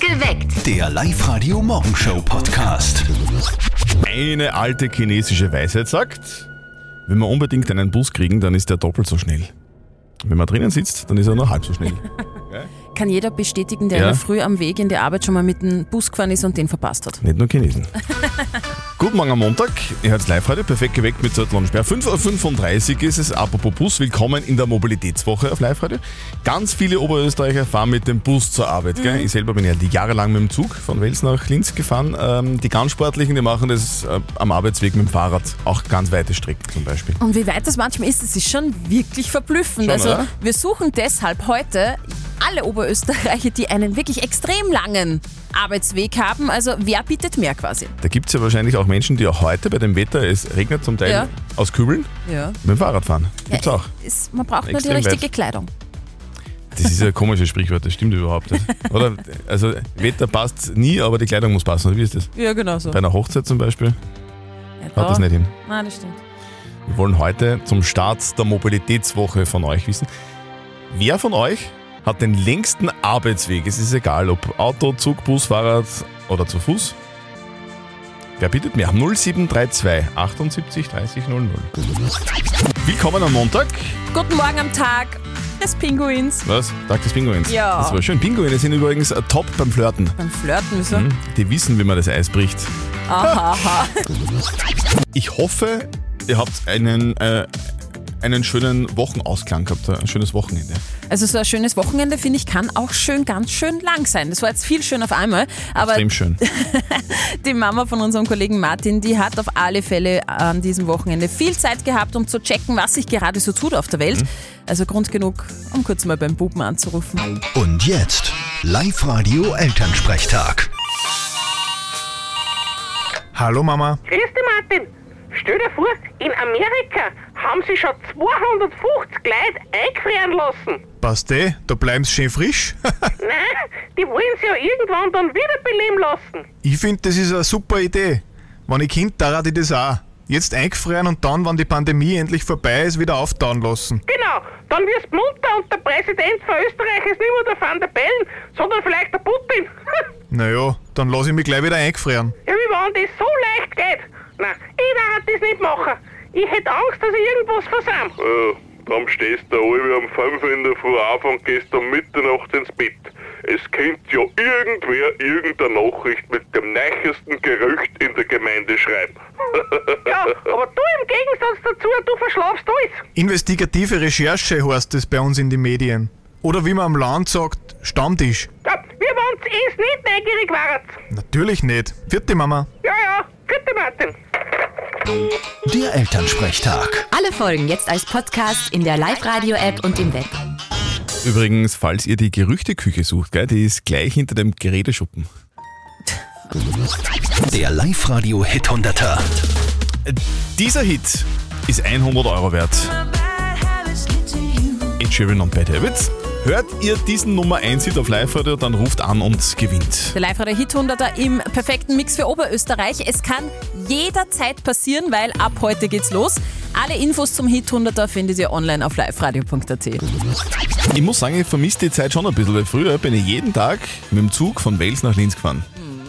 Geweckt. Der Live-Radio Morgenshow Podcast. Eine alte chinesische Weisheit sagt, wenn wir unbedingt einen Bus kriegen, dann ist der doppelt so schnell. Wenn man drinnen sitzt, dann ist er nur halb so schnell. Kann jeder bestätigen, der Ja. in der früh am Weg in die Arbeit schon mal mit dem Bus gefahren ist und den verpasst hat. Nicht nur Chinesen. Guten Morgen am Montag. Ihr hört live heute perfekt geweckt mit Zettel und Sperr. 5.35 Uhr ist es. Apropos Bus, willkommen in der Mobilitätswoche auf live heute. Ganz viele Oberösterreicher fahren mit dem Bus zur Arbeit. Gell? Ich selber bin ja die jahrelang mit dem Zug von Wels nach Linz gefahren. Ähm, die ganz Sportlichen, die machen das äh, am Arbeitsweg mit dem Fahrrad. Auch ganz weite Strecken zum Beispiel. Und wie weit das manchmal ist, das ist schon wirklich verblüffend. Schon, also oder? wir suchen deshalb heute alle Oberösterreicher, die einen wirklich extrem langen Arbeitsweg haben. Also wer bietet mehr quasi? Da gibt es ja wahrscheinlich auch Menschen, die auch heute bei dem Wetter, es regnet zum Teil Ja. aus Kübeln, Ja. eh. mit dem Fahrrad fahren. Gibt's auch. Ist, man braucht nur Extrem die richtige weit. Kleidung. Das ist ja ein komisches Sprichwort, das stimmt überhaupt nicht. Oder? Also, Wetter passt nie, aber die Kleidung muss passen. Oder wie ist das? Ja, genau so. Bei einer Hochzeit zum Beispiel haut das nicht hin. Nein, das stimmt. Wir wollen heute zum Start der Mobilitätswoche von euch wissen, wer von euch hat den längsten Arbeitsweg? Es ist egal, ob Auto, Zug, Bus, Fahrrad oder zu Fuß. Wer bietet mehr? 0732 78 30 00. Willkommen am Montag. Guten Morgen am Tag des Pinguins. Was? Tag des Pinguins. Ja. Das war schön. Pinguine sind übrigens äh, top beim Flirten. Beim Flirten, wieso? Die wissen, wie man das Eis bricht. Aha, aha. Ich hoffe, ihr habt einen, äh, einen schönen Wochenausklang gehabt, ein schönes Wochenende. Also so ein schönes Wochenende, finde ich, kann auch schön, ganz schön lang sein. Das war jetzt viel schön auf einmal. Aber Extrem schön. die Mama von unserem Kollegen Martin, die hat auf alle Fälle an diesem Wochenende viel Zeit gehabt, um zu checken, was sich gerade so tut auf der Welt. Also Grund genug, um kurz mal beim Buben anzurufen. Und jetzt Live-Radio Elternsprechtag. Hallo Mama. Grüß dich, Martin. Stell dir vor, in Amerika haben sie schon 250 Leute eingefrieren lassen. Passt eh, da bleiben's schön frisch. Nein, die wollen sie ja irgendwann dann wiederbeleben lassen. ich find, das ist eine super Idee. Wenn ich Kind da rate ich das auch. Jetzt eingefrieren und dann, wenn die Pandemie endlich vorbei ist, wieder auftauen lassen. Genau, dann wirst du munter und der Präsident von Österreich ist nicht mehr der Van der Bellen, sondern vielleicht der Putin. Naja, dann lass ich mich gleich wieder eingefrieren. ja, wie wann das so leicht geht. Nein, ich darf das nicht machen. Ich hätte Angst, dass ich irgendwas versam. Äh, darum stehst du alle um 5 in der Früh auf und gehst um Mitternacht ins Bett. Es könnte ja irgendwer irgendeine Nachricht mit dem neichesten Gerücht in der Gemeinde schreiben. Ja, aber du im Gegensatz dazu, du verschlafst alles. Investigative Recherche heißt es bei uns in den Medien. Oder wie man am Land sagt, Stammtisch. Ja, wir waren's eh nicht neugierig waren. Natürlich nicht. Vierte Mama. Ja, ja, bitte Martin. Der Elternsprechtag. Alle Folgen jetzt als Podcast in der Live-Radio-App und im Web. Übrigens, falls ihr die Gerüchteküche sucht, gell, die ist gleich hinter dem Geräteschuppen. Der Live-Radio Hit 100er. Dieser Hit ist 100 Euro wert. Ed Sheeran und Bad Habits. Hört ihr diesen Nummer 1 Hit auf Live-Radio, dann ruft an und gewinnt. Der Live-Radio Hit 100er im perfekten Mix für Oberösterreich. Es kann jederzeit passieren, weil ab heute geht's los. Alle Infos zum Hit 100er findet ihr online auf liveradio.at. Ich muss sagen, ich vermisse die Zeit schon ein bisschen, weil früher bin ich jeden Tag mit dem Zug von Wels nach Linz gefahren.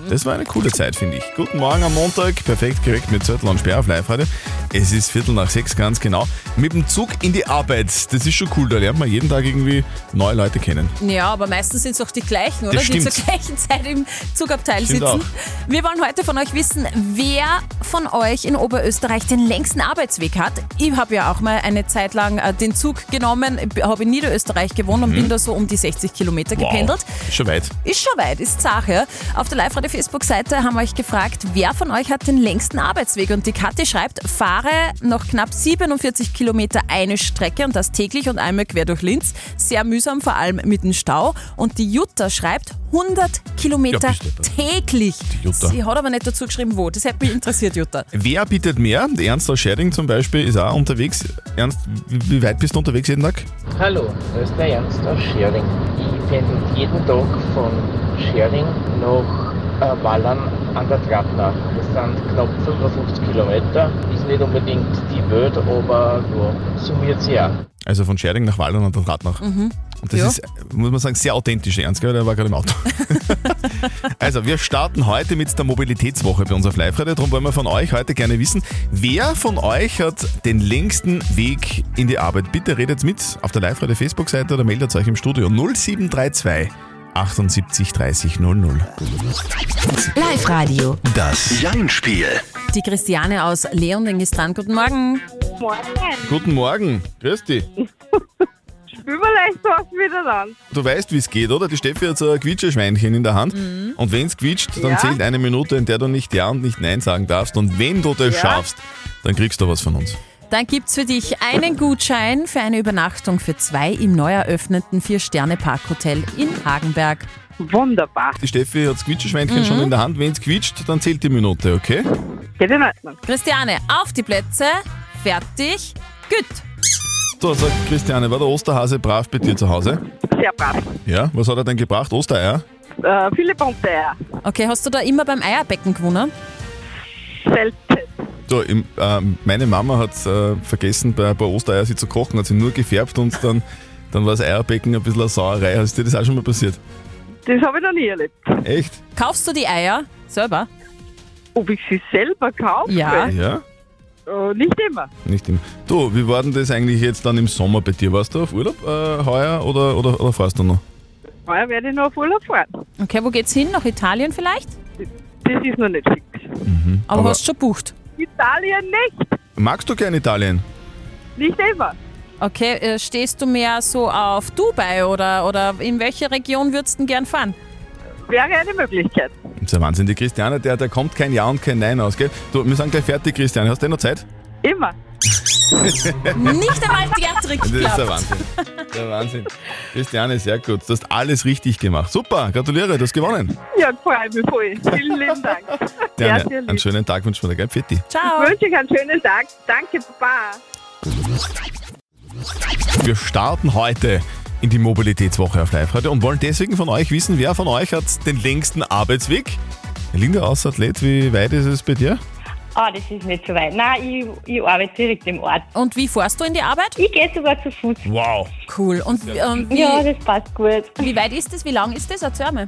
Das war eine coole Zeit, finde ich. Guten Morgen am Montag, perfekt geweckt mit Zettel und Sperr auf live heute. Es ist Viertel nach sechs, ganz genau. Mit dem Zug in die Arbeit, das ist schon cool, da lernt man jeden Tag irgendwie neue Leute kennen. Ja, aber meistens sind es auch die gleichen, oder? Das die zur stimmt. gleichen Zeit im Zugabteil Stimmt sitzen. auch. Wir wollen heute von euch wissen, wer von euch in Oberösterreich den längsten Arbeitsweg hat. Ich habe ja auch mal eine Zeit lang äh, den Zug genommen, habe in Niederösterreich gewohnt und bin da so um die 60 Kilometer gependelt. Mhm. Wow, ist schon weit. Ist schon weit, ist Sache. Auf der Live-Radio-Facebook-Seite haben wir euch gefragt, wer von euch hat den längsten Arbeitsweg? Und die Kathi schreibt, fahre noch knapp 47 Kilometer eine Strecke und das täglich und einmal quer durch Linz. Sehr mühsam, vor allem mit dem Stau. Und die Jutta schreibt, 100 Kilometer Ja, bist du täglich. Jutta. Sie hat aber nicht dazu geschrieben, wo. Das hätte mich interessiert, Jutta. Wer bietet mehr? Die Ernst aus Scherding zum Beispiel ist auch unterwegs. Ernst, wie wie weit bist du unterwegs jeden Tag? Hallo, da ist der Ernst aus Schering. Ich pendel jeden Tag von Schering nach äh, Wallern an der Trappnach. Das sind knapp 55 Kilometer. Ist nicht unbedingt die Welt, aber ja, summiert sich auch. Also von Scherding nach Wallern und dann Radnach. Und das Ja. ist, muss man sagen, sehr authentisch ernst, gell? Der war gerade im Auto. also, wir starten heute mit der Mobilitätswoche bei uns auf live Darum wollen wir von euch heute gerne wissen, wer von euch hat den längsten Weg in die Arbeit? Bitte redet mit auf der live Facebook-Seite oder meldet euch im Studio 0732 78 30 00. Live Radio. Das Jein-Spiel. Die Christiane aus Leonding ist dran. Guten Morgen. Morgen. Guten Morgen, grüß dich. Überleicht was wieder dann. Du weißt, wie es geht, oder? Die Steffi hat so ein Quietscheschweinchen in der Hand. Und wenn es quietscht, dann Mhm. Ja. zählt eine Minute, in der du nicht Ja und nicht Nein sagen darfst. Und wenn du das Ja. schaffst, dann kriegst du was von uns. Dann gibt's für dich einen Gutschein für eine Übernachtung für zwei im neu eröffneten Vier-Sterne-Parkhotel in Hagenberg. Wunderbar. Die Steffi hat das Quietscheschweinchen schon Mhm. in der Hand. Wenn es quietscht, dann zählt die Minute, okay? Geht in Ordnung. Christiane, auf die Plätze. Fertig. Gut. So, sagt Christiane, war der Osterhase brav bei dir zu Hause? Sehr brav. Ja, was hat er denn gebracht? Ostereier? Äh, viele bunte Eier. Okay, hast du da immer beim Eierbecken gewonnen? Selten. So, im, ähm, meine Mama hat äh, vergessen, bei, bei Ostereier sie zu kochen, hat sie nur gefärbt und dann, dann war das Eierbecken ein bisschen eine Sauerei. Ist dir das auch schon mal passiert? Das habe ich noch nie erlebt. Echt? Kaufst du die Eier selber? Ob ich sie selber kaufe? Ja. Ja? Äh, nicht immer. Nicht immer. Du, wie war denn das eigentlich jetzt dann im Sommer bei dir? Warst du auf Urlaub äh, heuer oder, oder, oder fährst du noch? Heuer werde ich noch auf Urlaub fahren. Okay, wo geht's hin? Nach Italien vielleicht? Das ist noch nicht fix. Aber, Aber- hast schon bucht. Italien nicht. Magst du gern Italien? Nicht immer. Okay, äh, stehst du mehr so auf Dubai oder, oder in welche Region würdest du denn gern fahren? Wäre eine Möglichkeit. Das ist ja Wahnsinn. Die Christiane, der, der kommt kein Ja und kein Nein aus, gell? Du, wir sind gleich fertig, Christiane. Hast du eh noch Zeit? Immer. Nicht einmal der Trick Das ist der glaubt. Wahnsinn. Der Wahnsinn. Christiane, sehr gut. Du hast alles richtig gemacht. Super, gratuliere, du hast gewonnen. Ja, freue mich voll. Vielen lieben Dank. Sehr, Diane, sehr lieb. einen schönen Tag wünschen wir dir, gell? Pfiat Ciao. Wünsche euch einen schönen Tag. Danke, Baba. Wir starten heute in die Mobilitätswoche auf live heute und wollen deswegen von euch wissen, wer von euch hat den längsten Arbeitsweg? Linda, aus Athlet, wie weit ist es bei dir? Ah, das ist nicht so weit. Nein, ich, ich arbeite direkt im Ort. Und wie fährst du in die Arbeit? Ich gehe sogar zu Fuß. Wow. Cool. Und ähm, wie, Ja, das passt gut. wie weit ist das? Wie lang ist das? Erzähl mal.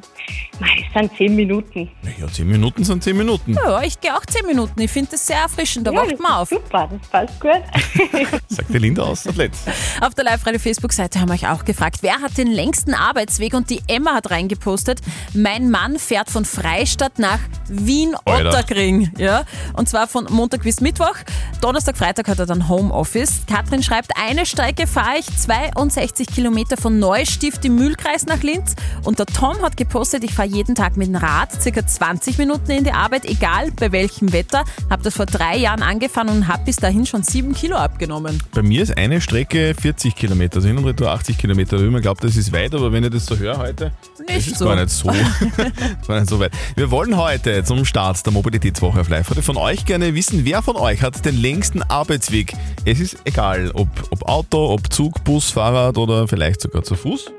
Mei, es sind zehn Minuten. Naja, 10 Minuten sind 10 Minuten. Ja, ich gehe auch 10 Minuten. Ich finde das sehr erfrischend. Da ja, wacht das man ist auf. Super, das passt gut. Sagt die Linda aus Athlet. Auf der Live-Radio-Facebook-Seite haben wir euch auch gefragt, wer hat den längsten Arbeitsweg? Und die Emma hat reingepostet, mein Mann fährt von Freistadt nach Alter. Wien-Otterkring. Ja? Und zwar von Montag bis Mittwoch. Donnerstag, Freitag hat er dann Homeoffice. Katrin schreibt, eine Strecke fahre ich 62 Kilometer von Neustift im Mühlkreis nach Linz. Und der Tom hat gepostet, ich fahre jeden Tag mit dem Rad circa 20 Minuten in die Arbeit, egal bei welchem Wetter. Habe das vor drei Jahren angefangen und habe bis dahin schon sieben Kilo abgenommen. Bei mir ist eine Strecke 40 Kilometer, also hin und retour 80 Kilometer. Ich glaube, das ist weit, aber wenn ich das so höre heute, das Nicht ist so. gar nicht so. das war nicht so weit. Wir wollen heute zum Start der Mobilitätswoche auf Live heute von euch gerne wissen, wer von euch hat den längsten Arbeitsweg? Es ist egal, ob, ob Auto, ob Zug, Bus, Fahrrad oder vielleicht sogar zu Fuß.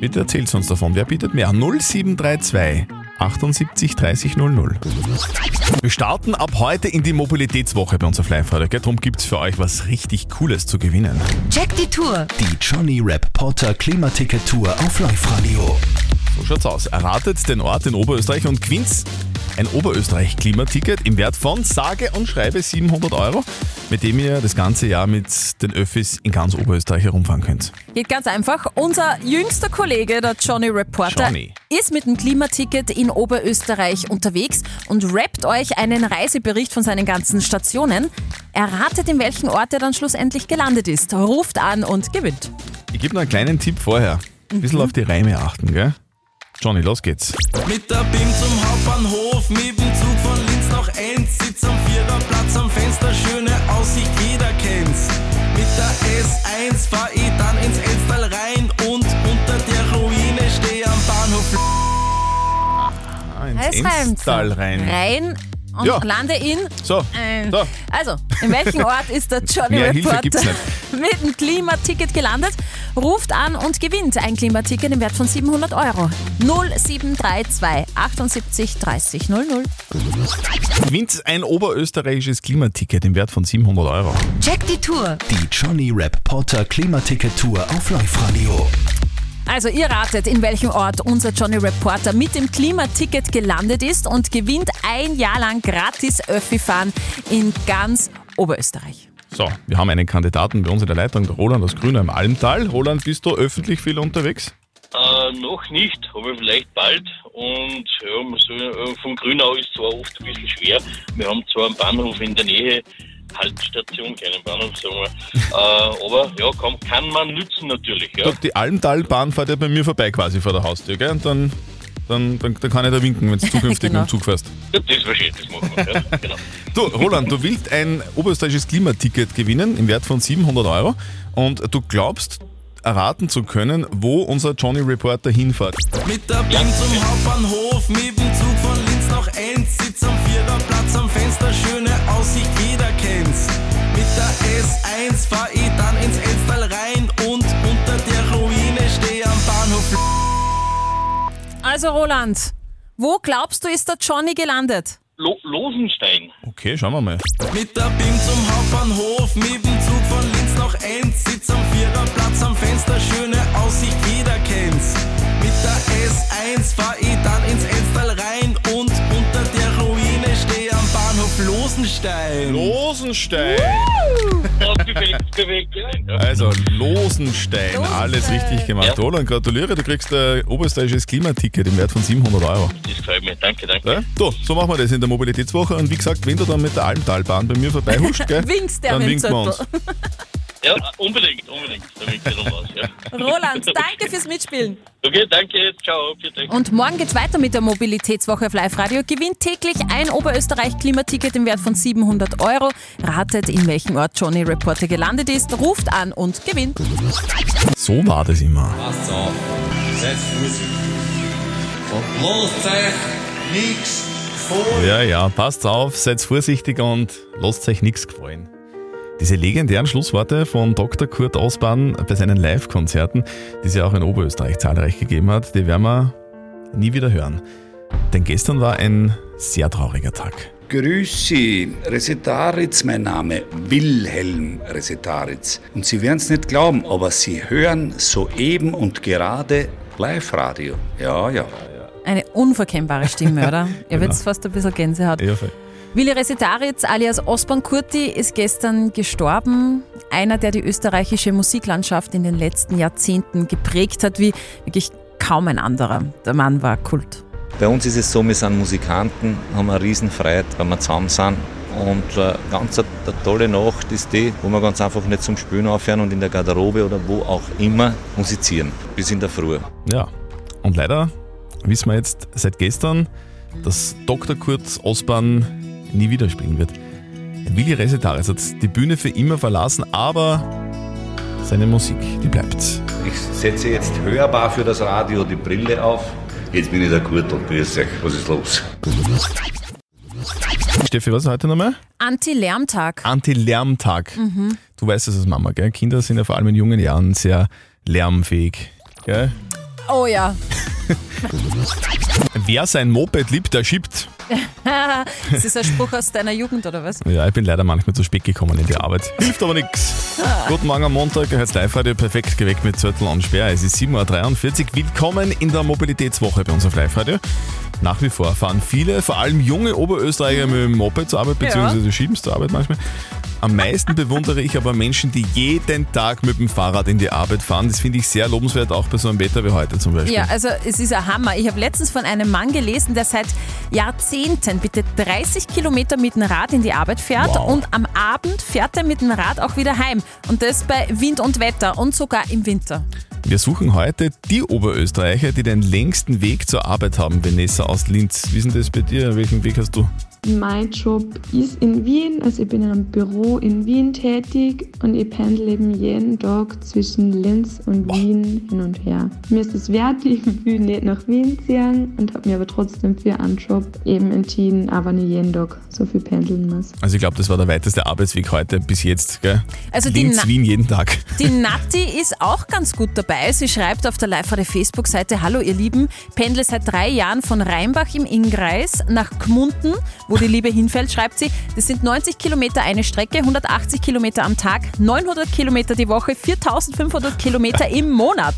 Bitte erzählt uns davon. Wer bietet mehr? 0732 78 30 00. Wir starten ab heute in die Mobilitätswoche bei uns auf live heute. Darum gibt es für euch was richtig Cooles zu gewinnen. Check die Tour. Die Johnny Rap Potter Klimaticket Tour auf Live-Radio. So schaut's aus. Erratet den Ort in Oberösterreich und Quinz. Ein Oberösterreich-Klimaticket im Wert von sage und schreibe 700 Euro, mit dem ihr das ganze Jahr mit den Öffis in ganz Oberösterreich herumfahren könnt. Geht ganz einfach. Unser jüngster Kollege, der Johnny Reporter, Johnny. ist mit dem Klimaticket in Oberösterreich unterwegs und rappt euch einen Reisebericht von seinen ganzen Stationen. Erratet, in welchen Ort er dann schlussendlich gelandet ist. Ruft an und gewinnt. Ich gebe noch einen kleinen Tipp vorher. Ein bisschen auf die Reime achten, gell? Johnny, los geht's. Mit der BIM zum Hauptbahnhof, mit dem Zug von Linz nach Enz, sitz am Viererplatz am Fenster, schöne Aussicht, jeder kennt's. Mit der S1 fahr ich dann ins Elstal rein und unter der Ruine steh am Bahnhof. Ah, ins Es reimt. Enstal rein. Rein und Ja. lande in. So, Äh, so. Also, in welchem Ort ist der Johnny Mehr Hilfe Reporter gibt's nicht. mit dem Klimaticket gelandet? Ruft an und gewinnt ein Klimaticket im Wert von 700 Euro. 0732 78 30 00. Quinz ein oberösterreichisches Klimaticket im Wert von 700 Euro. Check die Tour. Die Johnny Rap Potter Klimaticket Tour auf Live-Radio. Also ihr ratet, in welchem Ort unser Johnny Reporter mit dem Klimaticket gelandet ist und gewinnt ein Jahr lang gratis Öffi-Fahren in ganz Oberösterreich. So, wir haben einen Kandidaten bei uns in der Leitung, der Roland aus Grüner im Almtal. Roland, bist du öffentlich viel unterwegs? Äh, noch nicht, aber vielleicht bald. Und ja, man soll- äh, von Grünau ist zwar oft ein bisschen schwer. Wir haben zwar einen Bahnhof in der Nähe, Haltstation, keinen Bahnhof, sagen wir. äh, aber ja, komm, kann man nützen natürlich. Ja. Doch, Die Almtalbahn fährt ja bei mir vorbei quasi vor der Haustür, gell? Und dann, dann, dann, dann kann ich da winken, wenn du zukünftig Genau. mit dem Zug fährst. Ja, das verstehe ich, das machen wir. Ja. Genau. Du, Roland, du willst ein oberösterreichisches Klimaticket gewinnen im Wert von 700 Euro und du glaubst, erraten zu können, wo unser Johnny Reporter hinfährt. Mit der Bahn zum Hauptbahnhof, mit dem Zug von Linz nach Enz, sitz am Viererplatz am Fenster, schöne Aussicht, jeder kennt's. Mit der S1 fahr ich dann ins Elztal rein und unter der Ruine steh am Bahnhof. Also Roland, wo glaubst du ist der Johnny gelandet? Lo Losenstein. Okay, schauen wir mal. Mit der BIM zum Hauptbahnhof, mit dem Zug von Linz nach Enz, sitz am Viererplatz am Fenster, schöne Aussicht, jeder kennt's. Mit der S1 fahr ich dann ins Elztal rein und unter der Ruine steh am Bahnhof Losenstein. Losenstein! Bewegt, bewegt, ja. Also, Losenstein, alles richtig gemacht. Roland, gratuliere, du kriegst ein oberösterreichisches Klimaticket im Wert von 700 Euro. Das gefällt mir. Danke, danke. Ja? So, so machen wir das in der Mobilitätswoche. Und wie gesagt, wenn du dann mit der Almtalbahn bei mir vorbeihuscht, gell, Winkst der dann mit dem winken wir uns. Zettel. Ja, unbedingt, unbedingt. Da winkt ich noch was. Ja. Roland, danke fürs Mitspielen. Okay, danke. Ciao. Vielen Dank. Und morgen geht's weiter mit der Mobilitätswoche auf Live-Radio. Gewinnt täglich ein Oberösterreich-Klimaticket im Wert von 700 Euro. Ratet, in welchem Ort Johnny Reporter gelandet ist, ruft an und gewinnt. So war das immer. Passt auf. Setzt Fuß. Und bloß euch nichts vor. Ja, ja, passt auf, seid vorsichtig und lasst euch nichts gefallen. Diese legendären Schlussworte von Dr. Kurt Osban bei seinen Live-Konzerten, die es ja auch in Oberösterreich zahlreich gegeben hat, die werden wir nie wieder hören. Denn gestern war ein sehr trauriger Tag. Grüße, Resetaritz, mein Name, Wilhelm Resetaritz. Und Sie werden es nicht glauben, aber Sie hören soeben und gerade Live-Radio. Ja, ja. Eine unverkennbare Stimme, oder? Ihr Genau. wird fast ein bisschen Gänsehaut. Ja, Willi Resetaritz alias Osban Kurti ist gestern gestorben. Einer, der die österreichische Musiklandschaft in den letzten Jahrzehnten geprägt hat, wie wirklich kaum ein anderer. Der Mann war Kult. Bei uns ist es so, wir sind Musikanten, haben eine riesen Freiheit, wenn wir zusammen sind. Und äh, ganz eine, eine tolle Nacht ist die, wo wir ganz einfach nicht zum Spielen aufhören und in der Garderobe oder wo auch immer musizieren. Bis in der Früh. Ja, und leider wissen wir jetzt seit gestern, dass Dr. Kurt Osban nie wieder spielen wird. Willi Resetaris hat die Bühne für immer verlassen, aber seine Musik, die bleibt. Ich setze jetzt hörbar für das Radio die Brille auf. Jetzt bin ich der Kurt und grüß euch. Was ist los? Steffi, was ist heute nochmal? Anti-Lärmtag. Anti-Lärmtag. Mhm. Du weißt es als Mama, gell? Kinder sind ja vor allem in jungen Jahren sehr lärmfähig. Gell? Oh ja. Wer sein Moped liebt, der schiebt. das ist ein Spruch aus deiner Jugend, oder was? Ja, ich bin leider manchmal zu spät gekommen in die Arbeit. Hilft aber nichts. Guten Morgen am Montag, jetzt live heute perfekt geweckt mit Zürtel und Sperr. Es ist 7.43 Uhr. Willkommen in der Mobilitätswoche bei uns auf Live-Radio. Nach wie vor fahren viele, vor allem junge Oberösterreicher mit dem Moped zur Arbeit, Ja. beziehungsweise schieben es zur Arbeit manchmal. Am meisten bewundere ich aber Menschen, die jeden Tag mit dem Fahrrad in die Arbeit fahren. Das finde ich sehr lobenswert, auch bei so einem Wetter wie heute zum Beispiel. Ja, also es ist ein Hammer. Ich habe letztens von einem Mann gelesen, der seit Jahrzehnten bitte 30 Kilometer mit dem Rad in die Arbeit fährt und am Abend fährt er mit dem Rad auch wieder heim. Und das bei Wind und Wetter und sogar im Winter. Wir suchen heute die Oberösterreicher, die den längsten Weg zur Arbeit haben, Vanessa aus Linz. Wie ist denn das bei dir? Welchen Weg hast du? Mein Job ist in Wien, also ich bin in einem Büro in Wien tätig und ich pendle eben jeden Tag zwischen Linz und Wien hin und her. Mir ist es wert, ich will nicht nach Wien ziehen und habe mir aber trotzdem für einen Job eben entschieden, aber nicht jeden Tag so viel pendeln muss. Also ich glaube, das war der weiteste Arbeitsweg heute bis jetzt, gell? Also die Linz, Na- Wien jeden Tag. Die Natti ist auch ganz gut dabei. Sie schreibt auf der live Facebook-Seite, Hallo ihr Lieben, pendle seit drei Jahren von Rheinbach im Innkreis nach Gmunden, wo die Liebe hinfällt, schreibt sie. Das sind 90 Kilometer eine Strecke, 180 Kilometer am Tag, 900 Kilometer die Woche, 4500 Kilometer im Monat.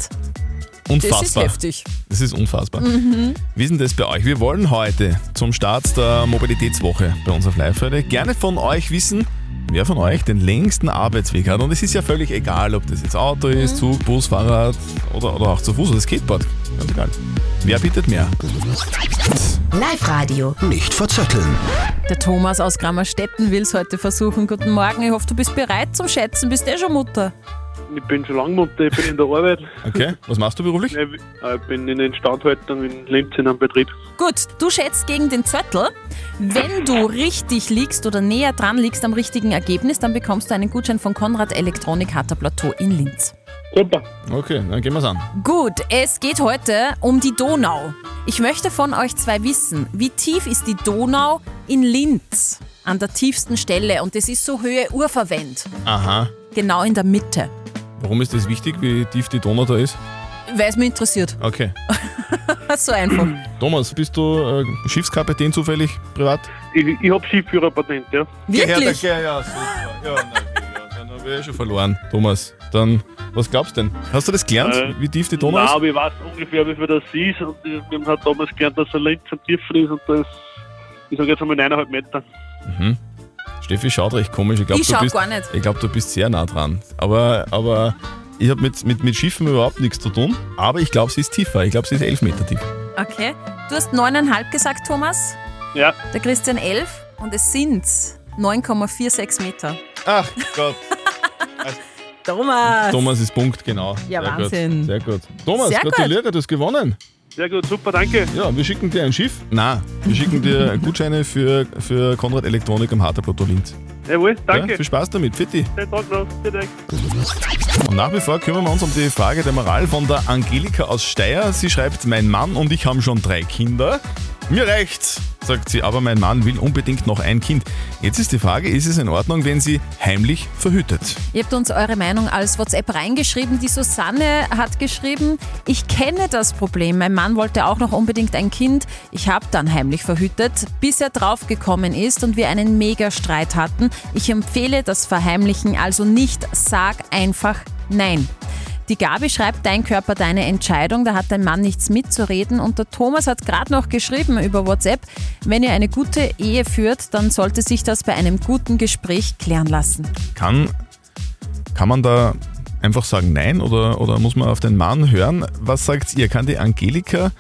Unfassbar. Das ist heftig. Das ist unfassbar. Mhm. Wie ist denn das bei euch? Wir wollen heute zum Start der Mobilitätswoche bei uns auf live -Rede gerne von euch wissen, wer von euch den längsten Arbeitsweg hat. Und es ist ja völlig egal, ob das jetzt Auto Mhm. ist, Zug, Bus, Fahrrad oder, oder auch zu Fuß oder Skateboard. Ganz egal. Wer bietet mehr? Live Radio. Nicht verzetteln. Der Thomas aus Grammerstetten will es heute versuchen. Guten Morgen, ich hoffe, du bist bereit zum Schätzen. Bist eh schon Mutter? Ich bin schon lange munter, ich bin in der Arbeit. Okay, was machst du beruflich? Ich bin in der Instandhaltung in Linz in einem Betrieb. Gut, du schätzt gegen den Zettel. Wenn du richtig liegst oder näher dran liegst am richtigen Ergebnis, dann bekommst du einen Gutschein von Konrad Elektronik Harter Plateau in Linz. Super. Okay, dann gehen wir's an. Gut, es geht heute um die Donau. Ich möchte von euch zwei wissen, wie tief ist die Donau in Linz an der tiefsten Stelle? Und das ist so Höhe Urverwend, Aha. genau in der Mitte. Warum ist das wichtig, wie tief die Donau da ist? Weil es mich interessiert. Okay. so einfach. Thomas, bist du äh, Schiffskapitän zufällig, privat? Ich, ich habe Skiführerpatent, ja. Wirklich? Ja, ja, super. Ja, nein, ja, dann haben wir ja schon verloren. Thomas, dann, was glaubst du denn? Hast du das gelernt, Äh, wie tief die Donau Nein, ist? aber ich weiß ungefähr, wie viel das ist. Und ich, wir haben halt damals gelernt, dass ein Lenz am Tiefen ist und das, ich sage jetzt einmal 9,5 Meter. Mhm. Steffi schaut recht komisch. Ich, glaub, Ich du schau bist, gar nicht. Ich glaube, du bist sehr nah dran. Aber, aber ich habe mit, mit, mit Schiffen überhaupt nichts zu tun. Aber ich glaube, sie ist tiefer. Ich glaube, sie ist elf Meter tief. Okay. Du hast 9,5 gesagt, Thomas. Ja. Der Christian 11 und es sind 9,46 Meter. Ach Gott. Thomas. Thomas ist Punkt, genau. Ja, sehr Wahnsinn. Gut. Sehr gut. Thomas, Sehr gut. gratuliere, du hast gewonnen. Sehr gut, super, danke. Ja, wir schicken dir ein Schiff. Na, wir schicken dir Gutscheine für, für Konrad Elektronik am Harter Plateau Linz. Jawohl, danke. Ja, viel Spaß damit, Fitti. Schönen Tag noch. Bitte. Und nach wie vor kümmern wir uns um die Frage der Moral von der Angelika aus Steyr. Sie schreibt, mein Mann und ich haben schon drei Kinder. Mir reicht's, sagt sie, aber mein Mann will unbedingt noch ein Kind. Jetzt ist die Frage, ist es in Ordnung, wenn sie heimlich verhütet? Ihr habt uns eure Meinung als WhatsApp reingeschrieben. Die Susanne hat geschrieben, ich kenne das Problem. Mein Mann wollte auch noch unbedingt ein Kind. Ich habe dann heimlich verhütet, bis er draufgekommen ist und wir einen Megastreit hatten. Ich empfehle das Verheimlichen also nicht. Sag einfach nein. Die Gabi schreibt, dein Körper, deine Entscheidung, da hat dein Mann nichts mitzureden. Und der Thomas hat gerade noch geschrieben über WhatsApp, wenn ihr eine gute Ehe führt, dann sollte sich das bei einem guten Gespräch klären lassen. Kann, kann man da einfach sagen Nein oder, oder muss man auf den Mann hören? Was sagt ihr? Kann die Angelika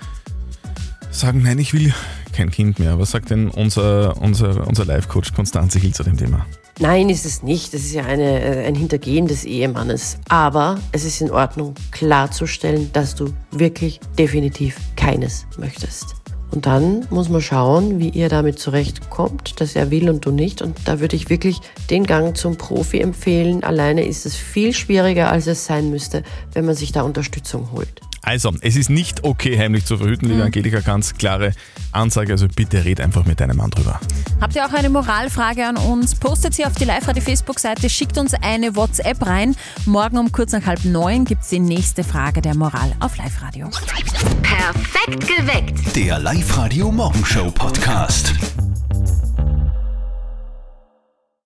sagen, nein, ich will kein Kind mehr? Was sagt denn unser, unser, unser Life-Coach Konstanze Hill zu dem Thema? Nein, ist es nicht. Das ist ja eine, äh, ein Hintergehen des Ehemannes. Aber es ist in Ordnung, klarzustellen, dass du wirklich definitiv keines möchtest. Und dann muss man schauen, wie ihr damit zurechtkommt, dass er will und du nicht. Und da würde ich wirklich den Gang zum Profi empfehlen. Alleine ist es viel schwieriger, als es sein müsste, wenn man sich da Unterstützung holt. Also, es ist nicht okay, heimlich zu verhüten, liebe Angelika, ganz klare Ansage. Also bitte red einfach mit deinem Mann drüber. Habt ihr auch eine Moralfrage an uns? Postet sie auf die Live-Radio-Facebook-Seite, schickt uns eine WhatsApp rein. Morgen um kurz nach halb neun gibt es die nächste Frage der Moral auf Live-Radio. Perfekt geweckt. Der Live-Radio Morgenshow Podcast.